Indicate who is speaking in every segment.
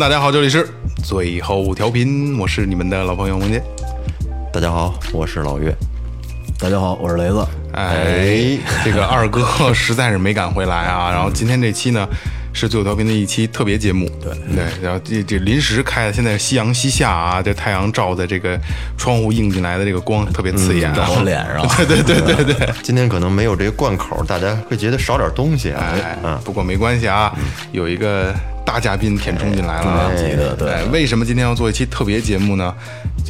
Speaker 1: 大家好，这里是最后调频，我是你们的老朋友孟杰。
Speaker 2: 大家好，我是老岳。
Speaker 3: 大家好，我是雷子。
Speaker 1: 哎，这个二哥 实在是没赶回来啊。然后今天这期呢，是最后调频的一期特别节目。对对，然后这这临时开的，现在夕阳西下啊，这太阳照在这个窗户映进来的这个光特别刺眼、啊，
Speaker 3: 照我脸上
Speaker 1: 对对对对对。
Speaker 2: 哎今天可能没有这个贯口，大家会觉得少点东西啊。
Speaker 1: 哎，
Speaker 2: 嗯，
Speaker 1: 不过没关系啊，有一个大嘉宾填充进来了啊，
Speaker 3: 级的对
Speaker 1: 哎为什么今天要做一期特别节目呢？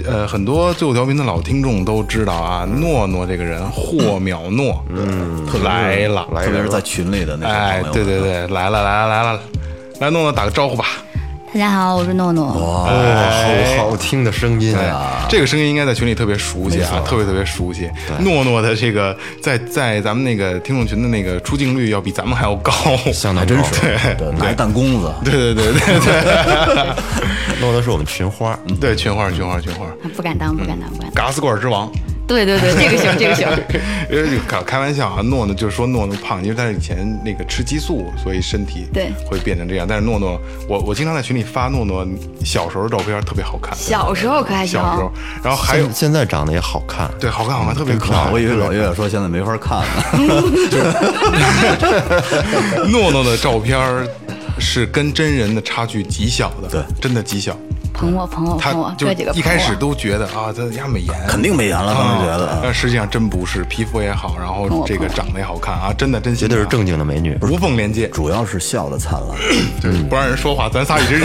Speaker 1: 呃，很多最后调频的老听众都知道啊，诺诺这个人霍淼诺，嗯，来了，
Speaker 2: 来
Speaker 3: 特别
Speaker 2: 人
Speaker 3: 是在
Speaker 2: 了，
Speaker 3: 群里的那
Speaker 1: 哎
Speaker 3: 些朋友，，
Speaker 1: 对对对，来了来了来了，来诺诺打个招呼吧。
Speaker 4: 大家好，我是诺诺。
Speaker 2: 哇，啊好好听的声音
Speaker 1: 对
Speaker 2: 啊！，
Speaker 1: 这个声音应该在群里特别熟悉啊，特别特别熟悉。诺诺的这个在在咱们那个听众群的那个出镜率要比咱们还要高，
Speaker 2: 相当真是
Speaker 3: 对，拿一弹弓子，
Speaker 1: 对 对对对对。
Speaker 2: 弄的是我们群花，
Speaker 1: 对，群花，群花，群花，
Speaker 4: 啊不敢当，不敢当，不敢当。
Speaker 1: 嘎斯罐之王。
Speaker 4: 对对对，这个行，这个行。
Speaker 1: 因为开开玩笑啊，诺诺就是说诺诺胖，因为他以前那个吃激素，所以身体
Speaker 4: 对
Speaker 1: 会变成这样。但是诺诺，我我经常在群里发诺诺小时候的照片，特别好看。
Speaker 4: 小时候可还行
Speaker 1: 小，时候，然后还有
Speaker 2: 现现在长得也好看，
Speaker 1: 对好看好看，特别可爱。
Speaker 3: 我以为老岳说现在没法看 呢。
Speaker 1: 诺诺的照片儿是跟真人的差距极小的，
Speaker 3: 对，
Speaker 1: 真的极小。
Speaker 4: 捧我，捧我，
Speaker 1: 他
Speaker 4: 捧我，
Speaker 1: 就
Speaker 4: 这哦几个
Speaker 1: 一开始
Speaker 4: 捧我
Speaker 1: 都觉得啊，他压美颜，
Speaker 3: 肯定美颜了
Speaker 1: 啊
Speaker 3: 当时觉得啊
Speaker 1: 但实际上真不是，皮肤也好，然
Speaker 4: 跟
Speaker 1: 后
Speaker 4: 我
Speaker 1: 这个
Speaker 4: 朋友
Speaker 1: 长得也好看啊，真的真心
Speaker 2: 绝对是啊正经的美女。
Speaker 1: 无缝连接，
Speaker 3: 主要是笑的灿烂，
Speaker 1: 对，不让人说话，咱仨一直 是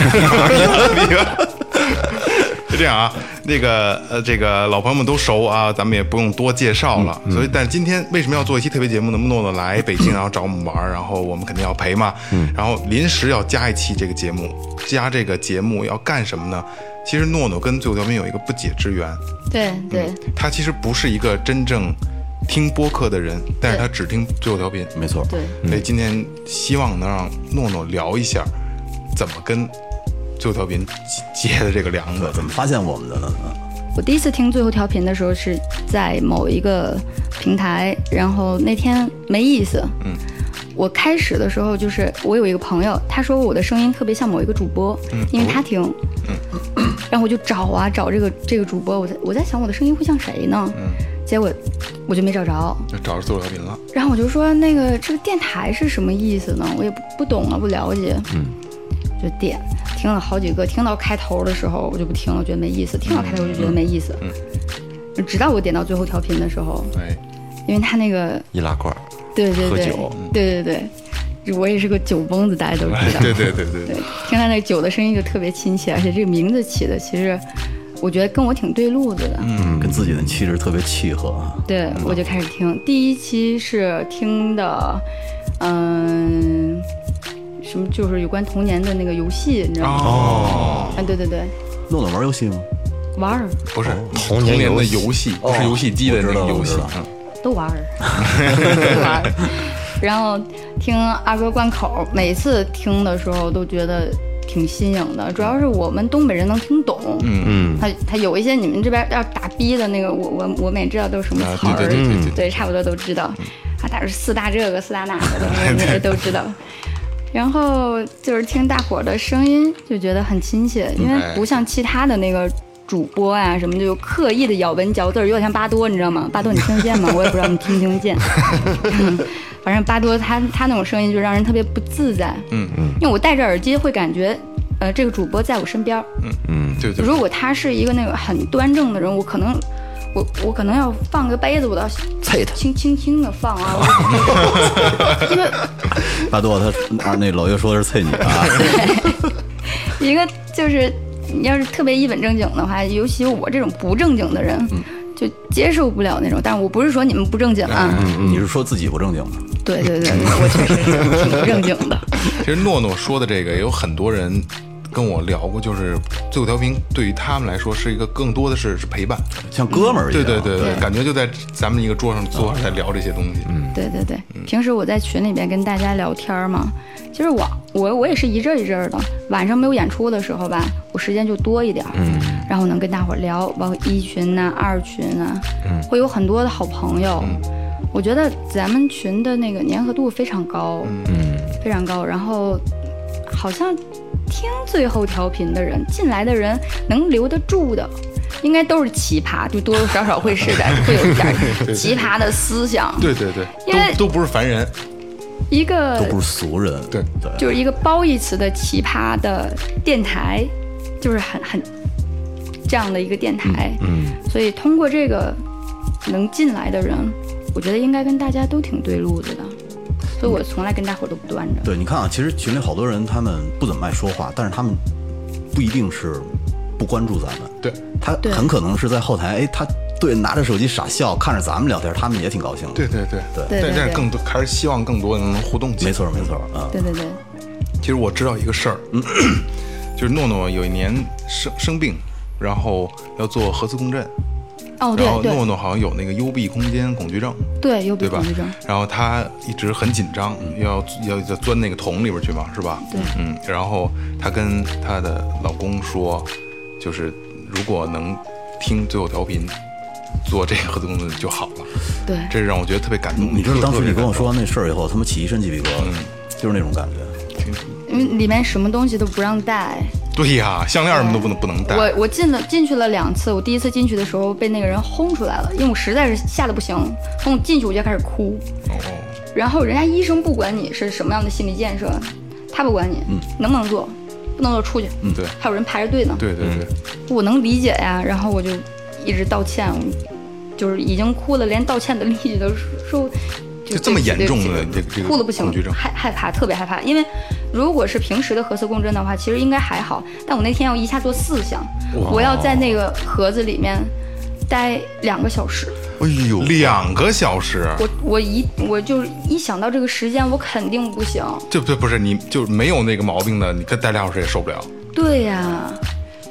Speaker 1: 就这样啊，那个呃，这个老朋友们都熟啊，咱们也不用多介绍了。所以，但今天为什么要做一期特别节目呢？诺诺来北京，然后找我们玩儿，然后我们肯定要陪嘛。然后临时要加一期这个节目，加这个节目要干什么呢？其实诺诺跟最后调频有一个不解之缘，
Speaker 4: 对
Speaker 1: 嗯
Speaker 4: 对，
Speaker 1: 他其实不是一个真正听播客的人，但是他只听最后调频。
Speaker 3: 没错。
Speaker 4: 对，
Speaker 1: 所以今天希望能让诺诺聊一下，怎么跟最后调频结的这个梁子
Speaker 3: 对，。怎么发现我们的呢？嗯
Speaker 4: 我第一次听最后调频的时候是在某一个平台，然后那天没意思。嗯，我开始的时候就是我有一个朋友，他说我的声音特别像某一个主播，因为他听。嗯， 然后我就找啊找这个这个主播，我在我在想我的声音会像谁呢？嗯，结果我就没找着。
Speaker 1: 就找着最后调频了，
Speaker 4: 然后我就说那个这个电台是什么意思呢？我也不不懂啊，不了解。嗯，就点听了好几个，听到开头的时候我就不听了，我觉得没意思。听到开头我就觉得没意思。直到我点到最后调频的时候，
Speaker 1: 哎，
Speaker 4: 因为他那个
Speaker 2: 易拉罐，
Speaker 4: 对对
Speaker 2: 喝
Speaker 4: 对
Speaker 2: 酒
Speaker 4: 对对对，就我也是个酒蒙子，大家都知道。
Speaker 1: 哎对对对对
Speaker 4: 对，听他那个酒的声音就特别亲切，而且这个名字起的其实我觉得跟我挺对路子的。
Speaker 1: 嗯
Speaker 3: 跟自己的气质特别契合啊。
Speaker 4: 对，我就开始听。第一期是听的，嗯，什么就是有关童年的那个游戏，你知道吗？
Speaker 1: 哦，
Speaker 4: 啊，对对对，
Speaker 3: 弄了玩游戏吗？
Speaker 4: 玩儿
Speaker 1: 不是
Speaker 2: 童
Speaker 1: 年
Speaker 2: 年
Speaker 1: 的游
Speaker 2: 游
Speaker 1: 戏，不是游戏机的那个游戏
Speaker 3: 我知道我知，
Speaker 1: 嗯
Speaker 4: 都玩儿，都玩儿。 然后听二哥贯口，每次听的时候都觉得挺新颖的，主要是我们东北人能听懂。嗯
Speaker 2: 嗯，
Speaker 4: 他他有一些你们这边要打逼的那个，我我我们也知道都是什么
Speaker 1: 啊
Speaker 4: 词儿，
Speaker 1: 对对对对对嗯
Speaker 4: 差不多都知道。啊，打是四大这个四大那个 的，我们也都知道。然后就是听大伙儿的声音，就觉得很亲切，因为
Speaker 1: 哎
Speaker 4: 不像其他的那个主播啊什么，就有刻意的咬文嚼字儿，有点像巴多，你知 道吗？巴多你听得见吗？我也不知道你听不听得见。嗯反正巴多他他那种声音就让人特别不自在，
Speaker 1: 嗯嗯
Speaker 4: 因为我戴着耳机会感觉，呃，这个主播在我身边儿。
Speaker 1: 嗯，对对，
Speaker 4: 如果他是一个那个很端正的人，我可能，我我可能要放个杯子，我倒
Speaker 3: 啐他！
Speaker 4: 轻轻轻的放啊，我因为
Speaker 3: 大多他啊，那老岳说的是啐你啊，
Speaker 4: 一个就是你要是特别一本正经的话，尤其我这种不正经的人，就接受不了那种。但是我不是说你们不正经啊，
Speaker 1: 嗯
Speaker 3: 你是说自己不正经吗？
Speaker 4: 对对对，我确实挺不正经的。
Speaker 1: 其实诺诺说的这个，也有很多人跟我聊过，就是最后调频对于他们来说是一个更多的是是陪伴，
Speaker 3: 像哥们儿一
Speaker 1: 对
Speaker 3: 样。
Speaker 1: 对对对，
Speaker 4: 对
Speaker 1: 感觉就在咱们一个桌上坐着在聊这些东西，嗯，
Speaker 4: 对对对，平时我在群里边跟大家聊天儿嘛，其实我我我也是一阵儿一阵儿的，晚上没有演出的时候吧，我时间就多一点，嗯，然后能跟大伙儿聊，包括一群呐、二群啊，
Speaker 1: 嗯
Speaker 4: 会有很多的好朋友。我觉得咱们群的那个粘合度非常高，嗯，非常高。然后好像听最后调频的人进来的人能留得住的，应该都是奇葩，就多多少少会是的， 会有一点儿奇葩的思想。
Speaker 1: 对对对，
Speaker 4: 因为
Speaker 1: 都都不是凡人，
Speaker 4: 一个
Speaker 3: 都不是俗人，
Speaker 1: 对
Speaker 3: 对，
Speaker 4: 就是一个褒义词的奇葩的电台，就是很很这样的一个电台，嗯，所以通过这个能进来的人，我觉得应该跟大家都挺对路子的，所以我从来跟大伙儿都不端着。
Speaker 3: 对，你看啊，其实群里好多人他们不怎么爱说话，但是他们不一定是不关注咱们，
Speaker 1: 对，
Speaker 3: 他
Speaker 4: 对
Speaker 3: 很可能是在后台，哎，他对拿着手机傻笑，看着咱们聊天，他们也挺高兴的。
Speaker 1: 对对对
Speaker 3: 对
Speaker 4: 对对
Speaker 1: 但但是
Speaker 4: 对
Speaker 1: 更多还是希望更多人能互动起来
Speaker 3: 没错嗯没错啊，
Speaker 4: 对对对，
Speaker 1: 其实我知道一个事儿， 就是诺诺有一年生生病，然后要做核磁共振，
Speaker 4: 哦
Speaker 1: 然后诺
Speaker 4: 对对
Speaker 1: 诺好像有那个幽闭空间恐惧症，
Speaker 4: 对，有
Speaker 1: 对
Speaker 4: 比
Speaker 1: 吧
Speaker 4: 恐惧症，？
Speaker 1: 然后他一直很紧张，
Speaker 3: 嗯
Speaker 1: 要要要钻那个桶里边去嘛，是吧？
Speaker 4: 对
Speaker 1: 嗯。然后她跟她的老公说，就是如果能听最后调频，做这个核磁共振就好了。
Speaker 4: 对
Speaker 1: 这让我嗯觉得特别感动。嗯
Speaker 3: 你知道当时你跟我
Speaker 1: 特
Speaker 3: 说完那事儿以后，他妈起一身鸡皮疙瘩，就是那种感觉。
Speaker 4: 因为里面什么东西都不让带。
Speaker 1: 别感动，对呀，项链什么都不能不能戴。
Speaker 4: 我我进了进去了两次，我第一次进去的时候被那个人轰出来了，因为我实在是吓得不行，从我进去我就开始哭。
Speaker 1: 哦
Speaker 4: 然后人家医生不管你是什么样的心理建设，他不管你，能不能做，不能做出去，
Speaker 1: 嗯，对
Speaker 4: 还有人排着队呢，
Speaker 1: 对对对，
Speaker 4: 我能理解呀。然后我就一直道歉，就是已经哭了，连道歉的力气都说，
Speaker 1: 就这么
Speaker 4: 对不
Speaker 1: 严
Speaker 4: 起
Speaker 1: 重
Speaker 4: 对不
Speaker 1: 的
Speaker 4: 起
Speaker 1: 这个
Speaker 4: 对不起
Speaker 1: 这个
Speaker 4: 哭了不行
Speaker 1: 恐惧症，
Speaker 4: 害害怕，特别害怕。因为如果是平时的核磁共振的话，其实应该还好，但我那天要一下做四项，我要在那个盒子里面待两个小时。
Speaker 2: 哎呦，
Speaker 1: 两个小时。
Speaker 4: 我我一我就是一想到这个时间，我肯定不行。
Speaker 1: 就就不是你就没有那个毛病的，你跟戴俩小时也受不了。
Speaker 4: 对呀、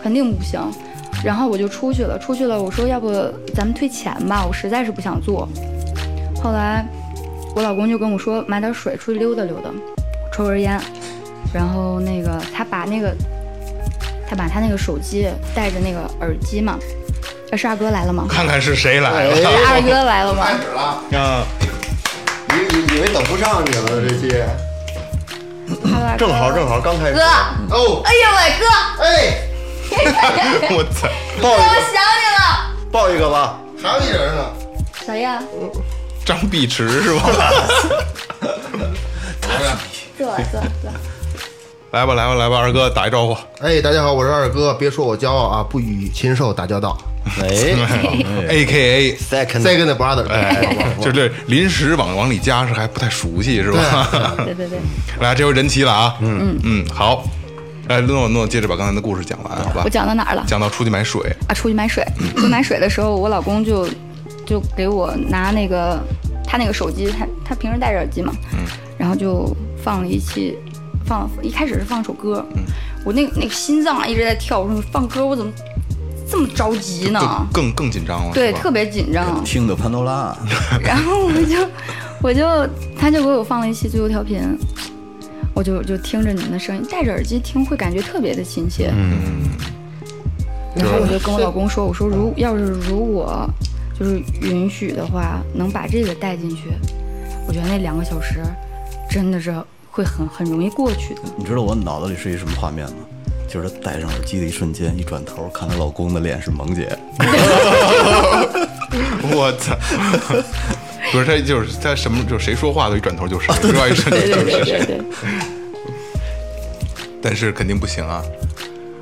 Speaker 4: 肯定不行。然后我就出去了，出去了，我说要不咱们退钱吧，我实在是不想做。后来我老公就跟我说买点水出去溜达溜达，抽根烟，然后那个他把那个他把他那个手机带着那个耳机嘛，呃是二哥来了吗？
Speaker 1: 看看是谁来
Speaker 2: 哎
Speaker 4: 是
Speaker 1: 了。
Speaker 4: 二哥来了吗？
Speaker 1: 啊，
Speaker 2: 以以以为等不上你了这些，
Speaker 4: 后来
Speaker 2: 正好正好刚开始
Speaker 4: 哥，
Speaker 2: 哦，
Speaker 4: 哎呦喂哥，
Speaker 2: 哎，
Speaker 4: 哎
Speaker 1: 我操！
Speaker 2: 抱一
Speaker 4: 我
Speaker 2: 个
Speaker 4: 想你了，
Speaker 2: 抱一个吧，还有一人呢，
Speaker 4: 谁呀？
Speaker 1: 张碧池是吧？
Speaker 4: 坐坐坐。
Speaker 1: 来吧，来吧，来吧，二哥打一招呼。
Speaker 5: 哎，大家好，我是二哥。别说我骄傲啊，不与禽兽打交道。
Speaker 2: 哎
Speaker 1: A K A，
Speaker 5: 再
Speaker 2: ，second，
Speaker 5: 跟那 brother，
Speaker 1: 哎，就这临时往往里加是还不太熟悉是吧？
Speaker 4: 对对对，
Speaker 1: 来，这回人齐了啊。嗯嗯，好。来，诺诺，接着把刚才的故事讲完，好吧
Speaker 4: 我？讲到哪儿了？
Speaker 1: 讲到出去买水，
Speaker 4: 啊，出去买水。出去买水的时候，我老公就就给我拿那个他那个手机，他他平时戴着耳机嘛，
Speaker 1: 嗯
Speaker 4: 然后就放了一期，放一开始是放首歌，
Speaker 1: 嗯
Speaker 4: 我那那个心脏啊一直在跳，我说放歌我怎么这么着急呢？
Speaker 1: 更更更紧张了，
Speaker 4: 啊对，
Speaker 1: 是吧
Speaker 4: 特别紧张。
Speaker 3: 听的潘多拉，啊
Speaker 4: 然后我就我就他就给我放了一期最后调频，我就就听着你们的声音，戴着耳机听会感觉特别的亲切。嗯。然后我就跟我老公说：“我说如要是如果就是允许的话，能把这个带进去，我觉得那两个小时真的是会很很容易过去的。
Speaker 3: 你知道我脑子里是一什么画面吗？就是她戴上耳机的一瞬间，一转头看她老公的脸是萌姐，
Speaker 1: 我操！不是他，就是他什么，就是谁说话都一转头
Speaker 4: 哦
Speaker 1: 就是，另外一转头就是谁。但是肯定不行啊！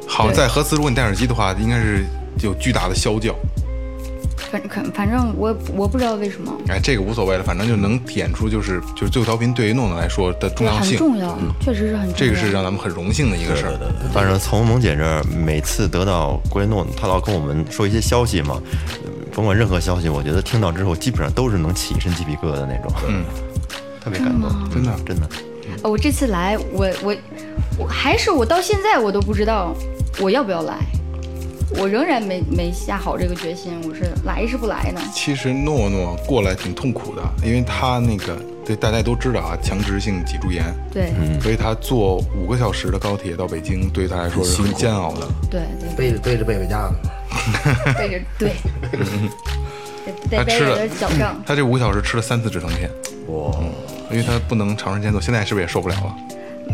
Speaker 1: 好
Speaker 4: 对
Speaker 1: 在核磁，如果你戴耳机的话，应该是有巨大的消叫。
Speaker 4: 反反反正我我不知道为什么，
Speaker 1: 哎，这个无所谓了，反正就能体现出就是就是最后调频对于弄的来说的重
Speaker 4: 对，
Speaker 1: 要
Speaker 4: 很
Speaker 1: 性，
Speaker 4: 重要，确实是很重
Speaker 1: 嗯
Speaker 4: 要。
Speaker 1: 这个是让咱们很荣幸的一个事儿。
Speaker 2: 反正从萌姐这儿每次得到郭一诺，她老跟我们说一些消息嘛，嗯甭管任何消息，我觉得听到之后基本上都是能起一身鸡皮疙瘩那种，嗯，特别感动，
Speaker 1: 真的
Speaker 2: 嗯真的，
Speaker 4: 哦，我这次来，我我我还是我到现在我都不知道我要不要来，我仍然没没下好这个决心，我是来是不来呢？
Speaker 1: 其实诺诺过来挺痛苦的，因为他那个对大家都知道啊，强直性脊柱炎，
Speaker 4: 对、
Speaker 1: 所以他坐五个小时的高铁到北京，对于他来说是很煎熬的。
Speaker 4: 对
Speaker 5: 背着背着贝贝家呢。
Speaker 4: 对，背着对，
Speaker 1: 他
Speaker 4: 得得背
Speaker 1: 吃
Speaker 4: 着
Speaker 1: 了嗯
Speaker 4: 点脚杖。
Speaker 1: 他这五个小时吃了三次止疼片，
Speaker 3: 哇，
Speaker 1: 因为他不能长时间坐，现在是不是也受不了了？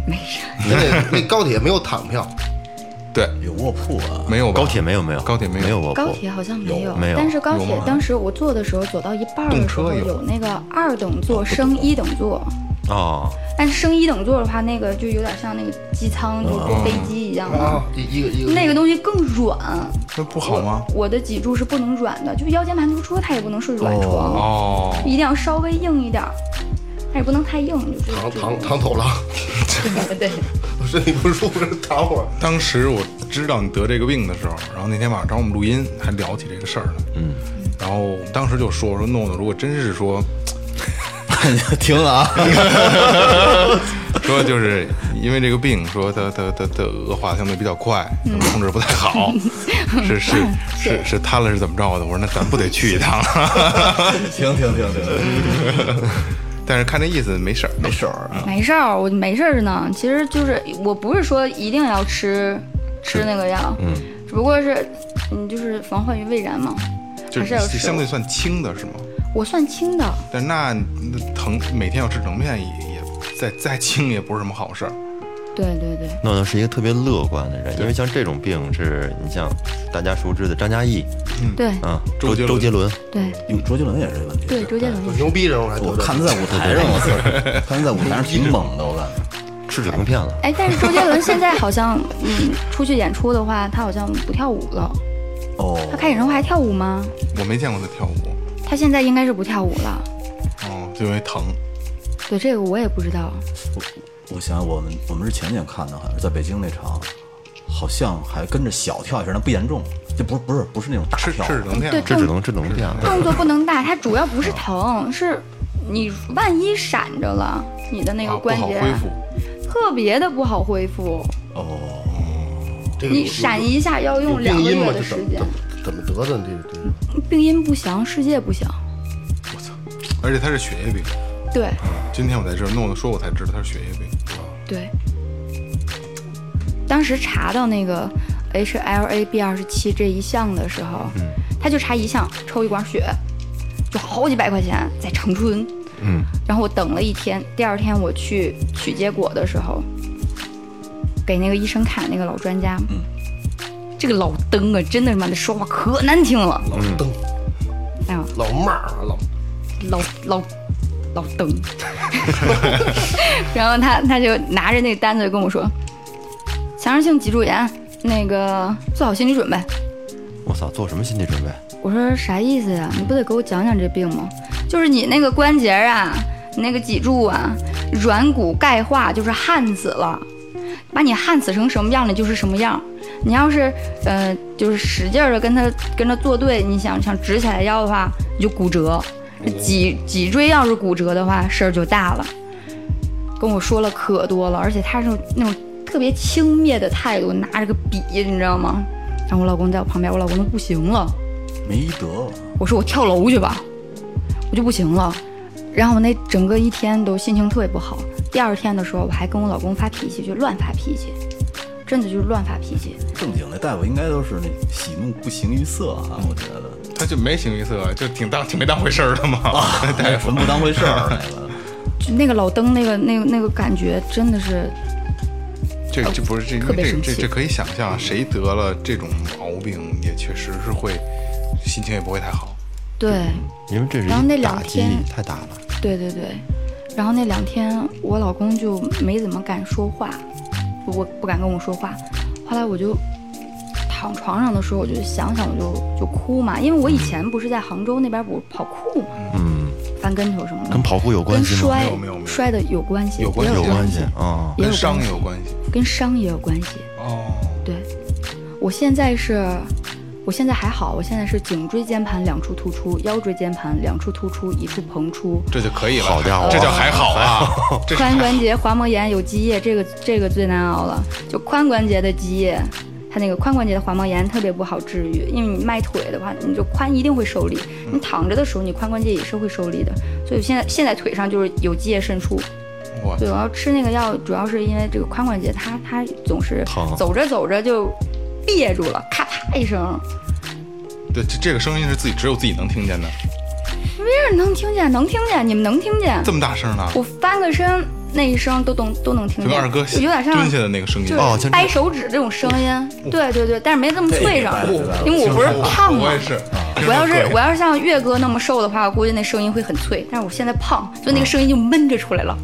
Speaker 4: 没啥。
Speaker 5: 那那那高铁没有躺票，
Speaker 1: 对，
Speaker 3: 有卧铺啊，
Speaker 1: 没有吧？
Speaker 2: 高铁没有没有，
Speaker 1: 高铁没有
Speaker 2: 没有卧铺
Speaker 4: 高铁好像没有，
Speaker 2: 没有
Speaker 4: 但是高
Speaker 1: 哦有
Speaker 4: 铁
Speaker 1: 吗
Speaker 4: 当时我坐的时候，走到一半儿的时候
Speaker 1: 动车有哦
Speaker 4: 有那个二等座升一等座，
Speaker 2: 哦，
Speaker 4: 但是升一等座的话，那个就有点像那个机舱，就
Speaker 1: 哦
Speaker 4: 跟飞机一样的，
Speaker 5: 啊，一一个一个
Speaker 4: 那个东西更软。
Speaker 1: 那不好吗？
Speaker 4: 我的脊柱是不能软的，就是腰间盘突出，它也不能睡软床，
Speaker 1: 哦，
Speaker 4: 一定要稍微硬一点儿，但也不能太硬，就是
Speaker 5: 躺躺躺走 了，
Speaker 4: 对对，
Speaker 5: 我身体不舒服，躺会儿。
Speaker 1: 当时我知道你得这个病的时候，然后那天晚上我们录音还聊起这个事儿来，嗯，然后我们当时就说我说诺诺，如果真是说
Speaker 3: 停了啊，
Speaker 1: 说就是因为这个病，说它它它它恶化相对比较快，控制不太好，是是是是瘫了是怎么着的？我说那咱不得去一趟，
Speaker 3: 停停停停，
Speaker 1: 但是看这意思没事儿，
Speaker 3: 没事儿啊，
Speaker 4: 没事儿，我没事儿着呢。其实就是我不是说一定要吃吃那个药，嗯，只不过是嗯，就是防患于未然嘛，
Speaker 1: 就
Speaker 4: 还是要
Speaker 1: 是
Speaker 4: 吃。
Speaker 1: 相对算轻的是吗？
Speaker 4: 我算轻的，
Speaker 1: 但那那疼每天要吃疼片也也再再轻也不是什么好事儿，
Speaker 4: 对对对，
Speaker 2: 诺诺是一个特别乐观的人，
Speaker 1: 对
Speaker 2: 因为像这种病是，你像大家熟知的张嘉译
Speaker 4: 对
Speaker 2: 啊，
Speaker 1: 周
Speaker 2: 周
Speaker 1: 杰伦
Speaker 2: 周杰伦，
Speaker 4: 对
Speaker 3: 有周杰伦也是这问题。
Speaker 4: 对，周杰伦。
Speaker 5: 牛逼人物还得
Speaker 3: 我
Speaker 5: 着
Speaker 3: 看他在舞台上，我操， 看他在舞台上挺猛的，我感觉。
Speaker 2: 吃止疼片了。
Speaker 4: 哎，但是周杰伦现在好像，嗯，出去演出的话，他好像不跳舞了。他
Speaker 3: 哦，
Speaker 4: 开演唱会还跳舞吗？
Speaker 1: 我没见过他跳舞，
Speaker 4: 他现在应该是不跳舞了。
Speaker 1: 哦，就因为疼，
Speaker 4: 对，这个我也不知道。
Speaker 3: 我想想我们我们是前年看的，好像是在北京那场，好像还跟着小跳一下，那不严重，就不是不是不是那种大
Speaker 1: 吃
Speaker 3: 跳，
Speaker 1: 吃止疼片
Speaker 4: 嗯对
Speaker 1: 吗，
Speaker 2: 吃止疼，吃止疼片了。
Speaker 4: 动作不能大，它主要不是疼，是你万一闪着了，你的那
Speaker 1: 啊
Speaker 4: 个
Speaker 1: 不
Speaker 4: 关
Speaker 1: 好
Speaker 4: 节、
Speaker 1: 恢复，
Speaker 4: 特别的不好恢复。
Speaker 5: 这个有
Speaker 4: 你闪一下要
Speaker 5: 有
Speaker 4: 用
Speaker 5: 病
Speaker 4: 两个
Speaker 5: 因吗？
Speaker 4: 月
Speaker 5: 这
Speaker 4: 的时
Speaker 5: 怎么
Speaker 4: 间
Speaker 5: 怎，么怎么得的？这这
Speaker 4: 病因不详，世界不详。
Speaker 1: 而且他是血液病。
Speaker 4: 对
Speaker 1: 今天我才知道，诺诺说我才知道他是血液病。
Speaker 4: 对，当时查到那个 HLA-B 二十七这一项的时候，他就查一项，抽一管血，就好几百块钱，在长春。
Speaker 2: 嗯，
Speaker 4: 然后我等了一天，第二天我去取结果的时候，给那个医生看，那个老专家，嗯，这个老登啊，真的他妈的说话可难听了，
Speaker 5: 老蹬
Speaker 4: 哎呀，
Speaker 5: 老骂啊老
Speaker 4: 老老老登， 然后他他就拿着那单子跟我说，强制性脊柱炎，那个做好心理准备。
Speaker 2: 我操，做什么心理准备？
Speaker 4: 我说啥意思呀？你不得给我讲讲这病吗？就是你那个关节啊，你那个脊柱啊，软骨钙化，就是焊死了，把你焊死成什么样，你就是什么样。你要是呃，就是使劲的跟它跟它作对，你想想直起来腰的话，你就骨折；脊脊椎要是骨折的话，事儿就大了。跟我说了可多了，而且他是那种特别轻蔑的态度，拿着个笔，你知道吗？然后我老公在我旁边，我老公都不行了。
Speaker 3: 没医德，
Speaker 4: 我说我跳楼去吧，我就不行了。然后我那整个一天都心情特别不好。第二天的时候，我还跟我老公发脾气，就乱发脾气，真的就是乱发脾气。
Speaker 3: 正经的大夫应该都是那喜怒不形于色啊，我觉得
Speaker 1: 他就没形于色，就挺当挺没当回事儿的嘛。
Speaker 3: 啊
Speaker 1: 大夫
Speaker 3: 纯不当回事儿啊那个。
Speaker 4: 就那个老登那个那个那个感觉，真的是
Speaker 1: 这这不是这
Speaker 4: 特别
Speaker 1: 这
Speaker 4: 生
Speaker 1: 这
Speaker 4: 气
Speaker 1: 这可以想象，啊谁得了这种毛病，也确实是会心情也不会太好。
Speaker 4: 对
Speaker 2: 因为这是
Speaker 4: 然后那
Speaker 2: 一
Speaker 4: 两
Speaker 2: 打击
Speaker 4: 天
Speaker 2: 太大了。
Speaker 4: 对对对。然后那两天我老公就没怎么敢说话，我不敢跟我说话。后来我就躺床上的时候，我就想想我就就哭嘛，因为我以前不是在杭州那边不是跑酷嘛，
Speaker 2: 嗯，
Speaker 4: 翻跟头什么的，
Speaker 2: 跟跑酷有关
Speaker 4: 跟
Speaker 2: 系吗？
Speaker 4: 摔
Speaker 1: 没有没有没有
Speaker 4: 摔的有关系，
Speaker 1: 有关
Speaker 4: 也
Speaker 1: 系
Speaker 2: 嗯有
Speaker 4: 有
Speaker 2: 关系
Speaker 4: 系，
Speaker 2: 啊。
Speaker 4: 也
Speaker 1: 跟
Speaker 4: 有
Speaker 1: 伤
Speaker 4: 关
Speaker 1: 也
Speaker 4: 系
Speaker 1: 有关系
Speaker 4: 跟伤也有关系。
Speaker 1: 哦，
Speaker 4: 对，我现在是，我现在还好，我现在是颈椎间盘两处突出，腰椎间盘两处突出，一处膨出，
Speaker 1: 这就可以了。
Speaker 2: 好家伙哎
Speaker 1: 这叫还好啊！这是
Speaker 4: 髋
Speaker 1: 还
Speaker 4: 关节滑膜炎有积液，这个这个最难熬了，就髋关节的积液。它那个髋关节的滑膜炎特别不好治愈，因为你迈腿的话，你就髋一定会受力；你躺着的时候，你髋关节也是会受力的。所以现在现在腿上就是有积液渗出，
Speaker 1: 我
Speaker 4: 对，我要吃那个药，主要是因为这个髋关节它它总是
Speaker 2: 疼
Speaker 4: 走着走着就憋住了，咔嚓一声，
Speaker 1: 对这这个声音是自己只有自己能听见的，
Speaker 4: 这能听见能听见，你们能听见？
Speaker 1: 这么大声呢？
Speaker 4: 我翻个身，那一声都能都能听
Speaker 1: 就跟
Speaker 4: 见，
Speaker 1: 二哥
Speaker 4: 有点像
Speaker 1: 蹲下的那个声音
Speaker 4: 就。
Speaker 2: 哦
Speaker 4: 是
Speaker 2: 像
Speaker 4: 掰手指这种声音，对对对，但是没那么
Speaker 3: 明
Speaker 4: 脆弱
Speaker 3: 白了明白，了
Speaker 4: 因为我不是胖嘛
Speaker 1: 我。也是。
Speaker 4: 我 要是我要是像岳哥那么瘦的话，我估计那声音会很脆。但是我现在胖，所以那个声音就闷着出来了。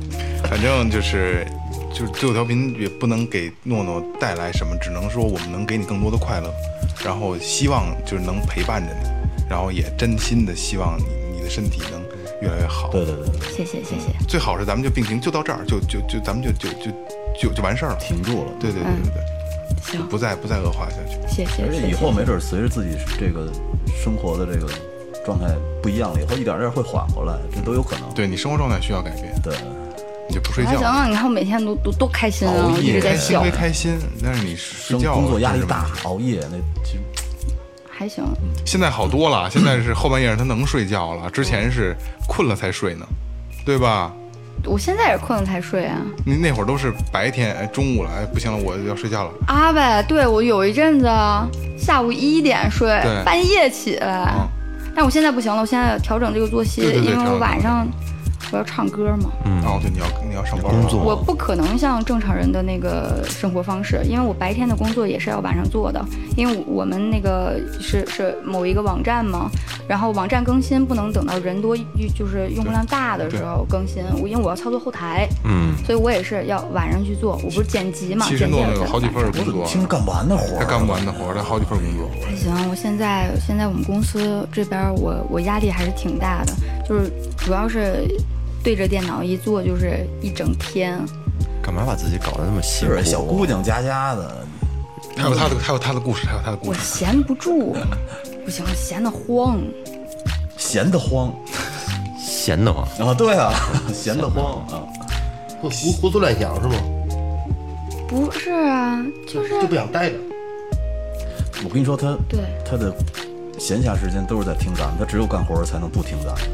Speaker 1: 反正就是，就是最后调频也不能给诺诺带来什么，只能说我们能给你更多的快乐，然后希望就是能陪伴着你，然后也真心的希望你你的身体能越来越好。
Speaker 3: 对对对，对
Speaker 4: 谢谢谢谢，
Speaker 1: 最好是咱们就并行，就到这儿，就就就咱们就就就就就完事儿了。
Speaker 3: 停住了。
Speaker 1: 对对对对对，
Speaker 4: 行，
Speaker 1: 不再不再恶化下去。
Speaker 4: 谢谢
Speaker 3: 而且
Speaker 4: 谢
Speaker 3: 以后
Speaker 4: 谢。
Speaker 3: 没准儿随着自己这个生活的这个状态不一样了，以后一点儿点儿会缓过来，这都有可能。
Speaker 1: 对你生活状态需要改变，
Speaker 3: 对，
Speaker 1: 你就不睡
Speaker 4: 还行
Speaker 1: 觉，
Speaker 4: 啊，你看我每天都都多开心啊，
Speaker 1: 熬
Speaker 4: 一直
Speaker 1: 夜
Speaker 4: 在
Speaker 1: 开心
Speaker 4: 笑
Speaker 1: 归，开心，但是你睡
Speaker 3: 生
Speaker 1: 觉
Speaker 3: 工作压力
Speaker 1: 真是
Speaker 3: 大，熬夜那其实
Speaker 4: 还行。
Speaker 1: 现在好多了，现在是后半夜他能睡觉了，之前是困了才睡呢，对吧？
Speaker 4: 我现在也困了才睡啊。
Speaker 1: 你那会儿都是白天，哎，中午了，哎，不行了，我要睡觉了。
Speaker 4: 啊呗，对我有一阵子啊下午一点睡
Speaker 1: 对，
Speaker 4: 半夜起来。
Speaker 1: 嗯
Speaker 4: 但我现在不行了，我现在调整这个作息，
Speaker 1: 对对对
Speaker 4: 因
Speaker 1: 调
Speaker 4: 为我
Speaker 1: 整
Speaker 4: 晚上我要唱歌嘛，
Speaker 3: 嗯
Speaker 1: 哦，对，你要你要上班
Speaker 2: 工作
Speaker 4: 我不可能像正常人的那个生活方式，因为我白天的工作也是要晚上做的，因为我们那个是是某一个网站嘛，然后网站更新不能等到人多，就是用户量大的时候更新，我因为我要操作后台，
Speaker 2: 嗯，
Speaker 4: 所以我也是要晚上去做，我不是剪辑嘛，
Speaker 1: 其实
Speaker 4: 剪辑
Speaker 1: 诺
Speaker 4: 也
Speaker 1: 诺
Speaker 4: 是
Speaker 1: 有好几份工作，
Speaker 3: 听着干不完的活儿，
Speaker 1: 他啊干不完的活儿，他好几份工作。
Speaker 4: 还行，我现在现在我们公司这边儿我我压力还是挺大的，就是主要是对着电脑一坐就是一整天，
Speaker 2: 干嘛把自己搞得那么辛
Speaker 3: 就
Speaker 2: 苦
Speaker 3: 是
Speaker 2: 啊？
Speaker 3: 小姑娘家家的，
Speaker 1: 还有他的，还有他的故事，还有他的故
Speaker 4: 我
Speaker 1: 事。
Speaker 4: 闲不住，不行，闲得慌。
Speaker 3: 闲得慌
Speaker 2: 闲得慌，
Speaker 3: 啊！对啊， 闲得慌啊！
Speaker 5: 会胡胡思乱想是吗？
Speaker 4: 不是啊，
Speaker 5: 就
Speaker 4: 就是
Speaker 5: 就不想待着。
Speaker 3: 我跟你说，她
Speaker 4: 对
Speaker 3: 她的闲暇时间都是在听咱们，她只有干活儿才能不听咱们。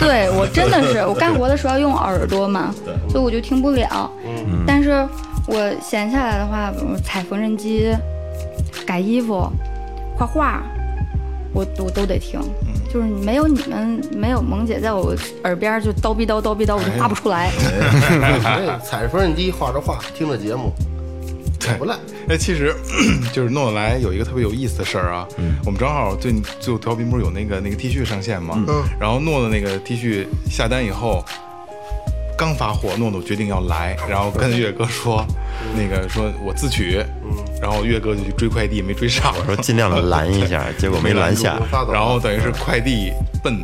Speaker 4: 对我真的是，我干活的时候要用耳朵嘛，所以我就听不了。
Speaker 2: 嗯
Speaker 4: 但是我闲下来的话，我踩缝纫机、改衣服、画画，我我都得听。
Speaker 2: 嗯
Speaker 4: 就是没有你们，没有萌姐在我耳边儿就叨逼叨叨逼叨，我就画不出来。
Speaker 5: 哎踩着缝纫机，画着画，听着节目，
Speaker 1: 对
Speaker 5: 不赖。
Speaker 1: 哎，其实 就是诺诺来有一个特别有意思的事儿啊，我们正好最最后调频不是有那个那个 T 恤上线嘛，
Speaker 5: 嗯
Speaker 1: 然后诺诺那个 T 恤下单以后。刚发货，诺诺决定要来，然后跟岳哥说，那个说我自取，然后岳哥就去追快递，没追上，
Speaker 2: 我说尽量的拦一 下，结果没拦下
Speaker 5: 我。发抖了
Speaker 1: 然后等于是快递奔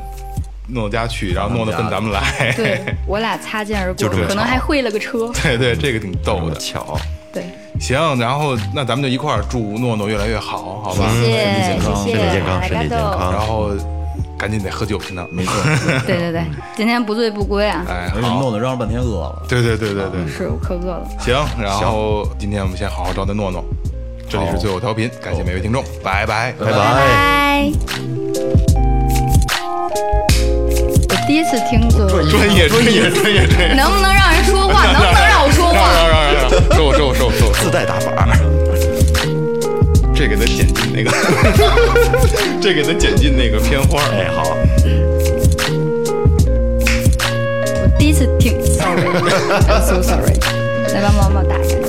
Speaker 1: 诺诺家去，然后诺诺奔咱们来。
Speaker 4: 对我俩擦肩而过，
Speaker 2: 哎就这么巧
Speaker 4: 可能还会了个车。
Speaker 1: 对对，这个挺
Speaker 2: 这
Speaker 1: 逗
Speaker 2: 么
Speaker 1: 的。
Speaker 2: 巧，
Speaker 4: 对，
Speaker 1: 行，然后那咱们就一块儿祝诺诺越来越好，好吧？
Speaker 4: 谢谢
Speaker 3: 身体健康
Speaker 4: 谢谢，
Speaker 2: 嗯身体健康，身体健
Speaker 4: 大家
Speaker 1: 然
Speaker 2: 康。
Speaker 1: 后赶紧得喝酒去呢。
Speaker 3: 没错，
Speaker 4: 都对对对，今天不醉不归啊！
Speaker 1: 哎，嗯
Speaker 3: 而且
Speaker 1: 好，
Speaker 3: 弄得嚷嚷半天饿了。
Speaker 1: 对对对对对，
Speaker 4: 是我可饿了。
Speaker 1: 行。然后今天我们先好好招待诺诺，这里是最后调频，感谢每位听众，拜拜。
Speaker 2: 拜
Speaker 4: 拜
Speaker 2: 拜。
Speaker 4: 拜。我第一次听左，
Speaker 1: 专业专业专业专业，
Speaker 4: 能不能让人说 话？能不能让我说
Speaker 1: 让
Speaker 4: 话？
Speaker 1: 让让让 让，收收收收，
Speaker 2: 自带打板，
Speaker 1: 这给他剪进那个， 这给他剪进那个片花。
Speaker 2: 哎，好，
Speaker 4: 我第一次听，sorry，I'm so sorry，来帮帮忙打一下。